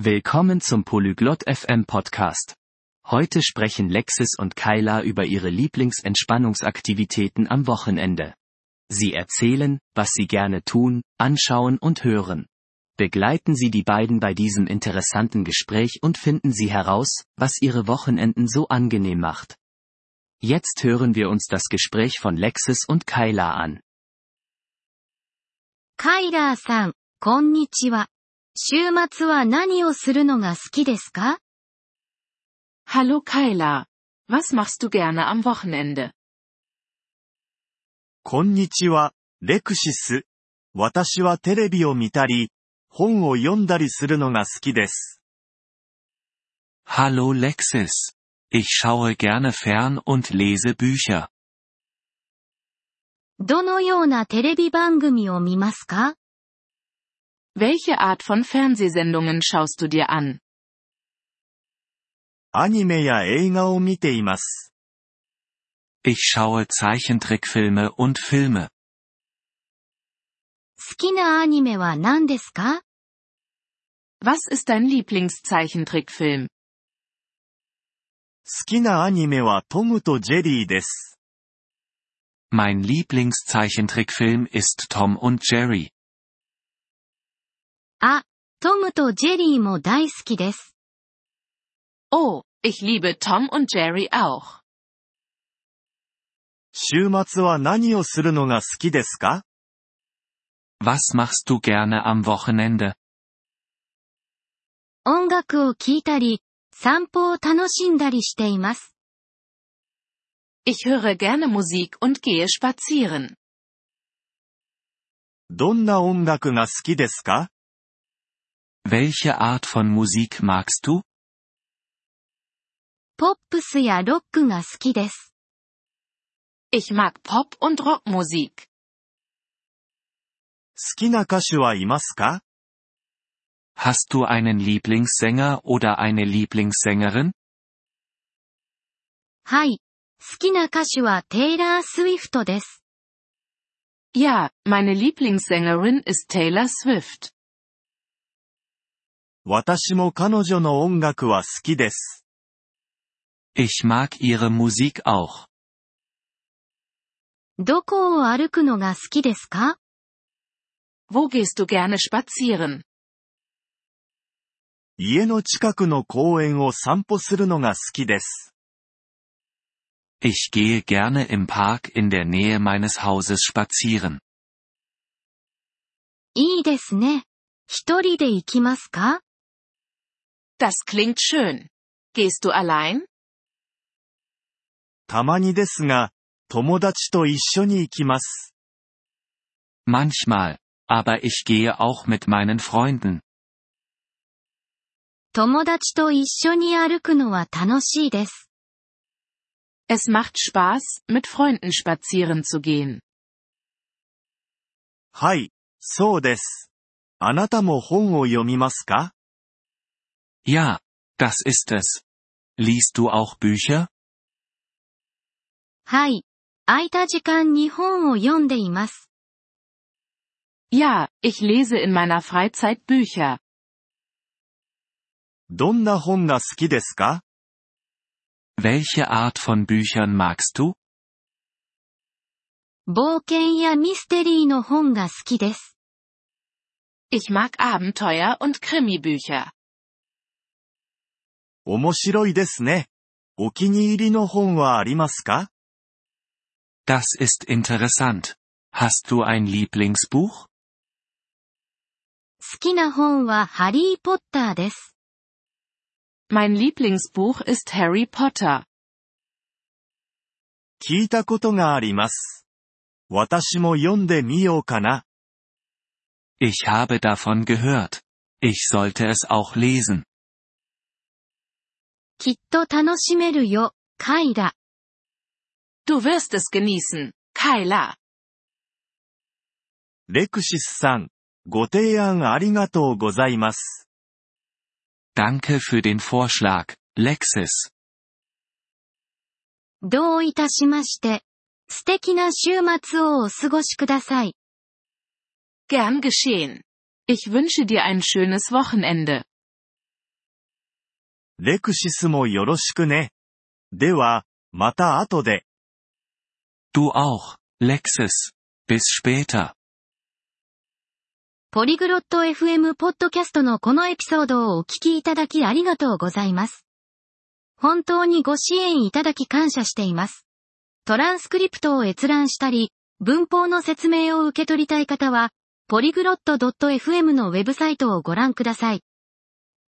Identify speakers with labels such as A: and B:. A: Willkommen zum Polyglot FM Podcast. Heute sprechen Lexis und Kyla über ihre Lieblingsentspannungsaktivitäten am Wochenende. Sie erzählen, was sie gerne tun, anschauen und hören. Begleiten Sie die beiden bei diesem interessanten Gespräch und finden Sie heraus, was ihre Wochenenden so angenehm macht. Jetzt hören wir uns das Gespräch von Lexis und Kyla an.
B: カイラーさん、こんにちは。週末は何をするのが好きですか
C: Hallo Kyla. Was machst du gerne am Wochenende?
D: こんにちは、レクシス。私はテレビを見たり、本を読んだりするのが好きです。
E: Hallo Lexis. Ich schaue gerne fern und lese Bücher.
B: どのようなテレビ番組を見ますか
C: Welche Art von Fernsehsendungen schaust du dir an?
D: アニメや映画を見ています。
E: Ich schaue Zeichentrickfilme und Filme.
B: 好きなアニメは何ですか
C: Was ist dein Lieblingszeichentrickfilm?
D: 好きなアニメはトムとジェリーです。
E: Mein Lieblingszeichentrickfilm ist Tom und Jerry.
B: あ、トムとジェリーも大好きです。
C: Oh, ich liebe Tom und Jerry auch.
D: 週末は何をするのが好きですか
E: Was machst du gerne am Wochenende?
B: 音楽を聴いたり、散歩を楽しんだりしています。
C: Ich höre gerne Musik und gehe spazieren.
D: どんな音楽が好きですか
E: Welche Art von Musik magst du?
B: ポップスやロックが好きです。
C: Ich mag Pop- und Rockmusik.
D: 好きな歌手はいますか
E: Hast du einen Lieblingssänger oder eine Lieblingssängerin?
B: はい。好きな歌手はテイラー・スウィフトです。
C: Ja, meine Lieblingssängerin ist Taylor Swift.
D: 私も彼女の音楽は好きです。
E: Ich mag ihre Musik auch.
B: どこを歩くのが好きですか
C: Wo gehst du gerne spazieren?
D: 家の近くの公園を散歩するのが好きです。
E: Ich gehe gerne im Park in der Nähe meines Hauses spazieren.
B: いいですね。一人で行きますか
C: Das klingt schön. Gehst du allein?
D: たまにですが、友達と一緒に行きます。
E: Manchmal. Aber ich gehe auch mit meinen Freunden.
B: 友達と一緒に歩くのは楽しいです。
C: Es macht Spaß, mit Freunden spazieren zu gehen.
D: はい、そうです。あなたも本を読みますか
E: Ja, das ist es. Liest du auch Bücher?
B: はい。空いた時間に本を読んでいます。
C: Ja, ich lese in meiner Freizeit Bücher.
D: どんな本が好きですか
E: Welche Art von Büchern magst du?
B: 冒険やミステリーの本が好きです。
C: Ich mag Abenteuer und Krimi-Bücher.
D: 面白いですね。お気に入りの本はありますか
E: Das ist interessant. Hast du ein Lieblingsbuch?
B: 好きな本はハリー・ポッターです。
C: Mein Lieblingsbuch ist Harry Potter.
D: 聞いたことがあります。私も読んでみようかな。
E: Ich habe davon gehört. Ich sollte es auch lesen.
B: きっと楽しめるよ、カイラ。
C: Du wirst es genießen, Kyla.
D: レクシスさん、ご提案ありがとうございます。
E: Danke für den Vorschlag, Lexis.
B: どういたしまして。素敵な週末をお過ごしください。
C: Gern geschehen. Ich wünsche dir ein schönes Wochenende.
D: レクシスもよろしくね。では、また後で。
E: Du auch, Lexis. Bis später.
B: ポリグロット FM ポッドキャストのこのエピソードをお聞きいただきありがとうございます。本当にご支援いただき感謝しています。トランスクリプトを閲覧したり、文法の説明を受け取りたい方は、ポリグロット .fm のウェブサイトをご覧ください。